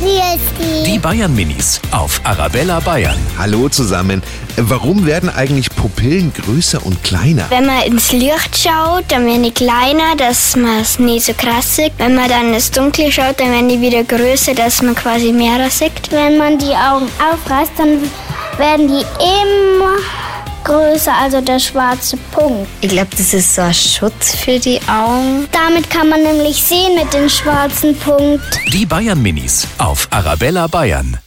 Grüß Die Bayern Minis auf Arabella Bayern. Hallo zusammen. Warum werden eigentlich Pupillen größer und kleiner? Wenn man ins Licht schaut, dann werden die kleiner, dass man es nicht so krass sieht. Wenn man dann ins Dunkle schaut, dann werden die wieder größer, dass man quasi mehr sieht. Wenn man die Augen aufreißt, dann werden die immer größer, also der schwarze Punkt. Ich glaube, das ist so ein Schutz für die Augen. Damit kann man nämlich sehen mit dem schwarzen Punkt. Die Bayern Minis auf Arabella Bayern.